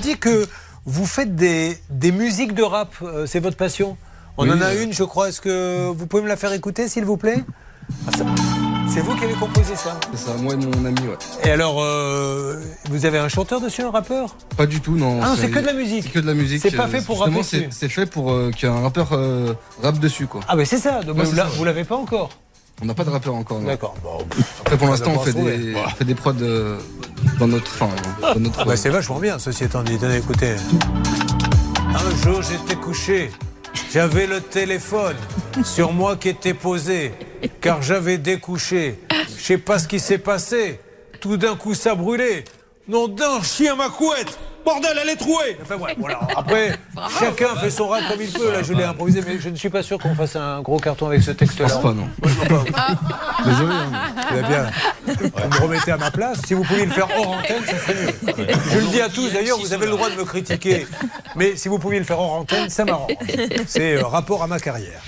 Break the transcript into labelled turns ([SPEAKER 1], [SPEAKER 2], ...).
[SPEAKER 1] dis que vous faites des, des musiques de rap, euh, c'est votre passion. On
[SPEAKER 2] Oui.
[SPEAKER 1] en a une, je crois. Est-ce que vous pouvez me la faire écouter, s'il vous plaît Ah, ça- C'est vous qui avez composé ça.
[SPEAKER 2] C'est ça, moi et mon ami, ouais.
[SPEAKER 1] Et alors, euh, vous avez un chanteur dessus, un rappeur
[SPEAKER 2] Pas du tout, non.
[SPEAKER 1] Ah non, c'est que de la musique.
[SPEAKER 2] C'est que de la musique.
[SPEAKER 1] C'est pas
[SPEAKER 2] euh,
[SPEAKER 1] fait pour
[SPEAKER 2] justement,
[SPEAKER 1] rapper
[SPEAKER 2] c'est-
[SPEAKER 1] dessus.
[SPEAKER 2] C'est fait pour euh, qu'il y ait un rappeur euh, rappe dessus, quoi.
[SPEAKER 1] Ah, mais c'est ça. Donc,
[SPEAKER 2] Ouais,
[SPEAKER 1] vous
[SPEAKER 2] c'est
[SPEAKER 1] la-
[SPEAKER 2] ça, ouais.
[SPEAKER 1] vous l'avez pas encore.
[SPEAKER 2] On n'a pas de rappeur encore, non.
[SPEAKER 1] D'accord. Bon, pff,
[SPEAKER 2] Après, pour l'instant,
[SPEAKER 1] On
[SPEAKER 2] on,
[SPEAKER 1] va
[SPEAKER 2] fait
[SPEAKER 1] trouver.
[SPEAKER 2] des, on fait des prods euh, dans notre. Enfin, dans notre.
[SPEAKER 1] bah, c'est vachement bien, ceci étant dit. Tenez, écoutez. Un jour, j'étais couché. J'avais le téléphone sur moi qui était posé, car j'avais découché. Je sais pas ce qui s'est passé. Tout d'un coup, ça brûlait. Nom d'un chien, ma couette Bordel, elle est trouée Enfin, voilà, voilà. Après, chacun fait son rap comme il peut. Là, je l'ai improvisé, mais je ne suis pas sûr qu'on fasse un gros carton avec ce
[SPEAKER 2] je
[SPEAKER 1] texte-là.
[SPEAKER 2] pense pas, non.
[SPEAKER 1] Bah,
[SPEAKER 2] Désolé. hein,
[SPEAKER 1] Vous avez bien. Vous me remettez à ma place. Si vous pouviez le faire hors antenne, ça serait mieux. Je le dis à tous, d'ailleurs, vous avez le droit de me critiquer. Mais si vous pouviez le faire hors antenne, ça m'arrange. C'est euh, rapport à ma carrière.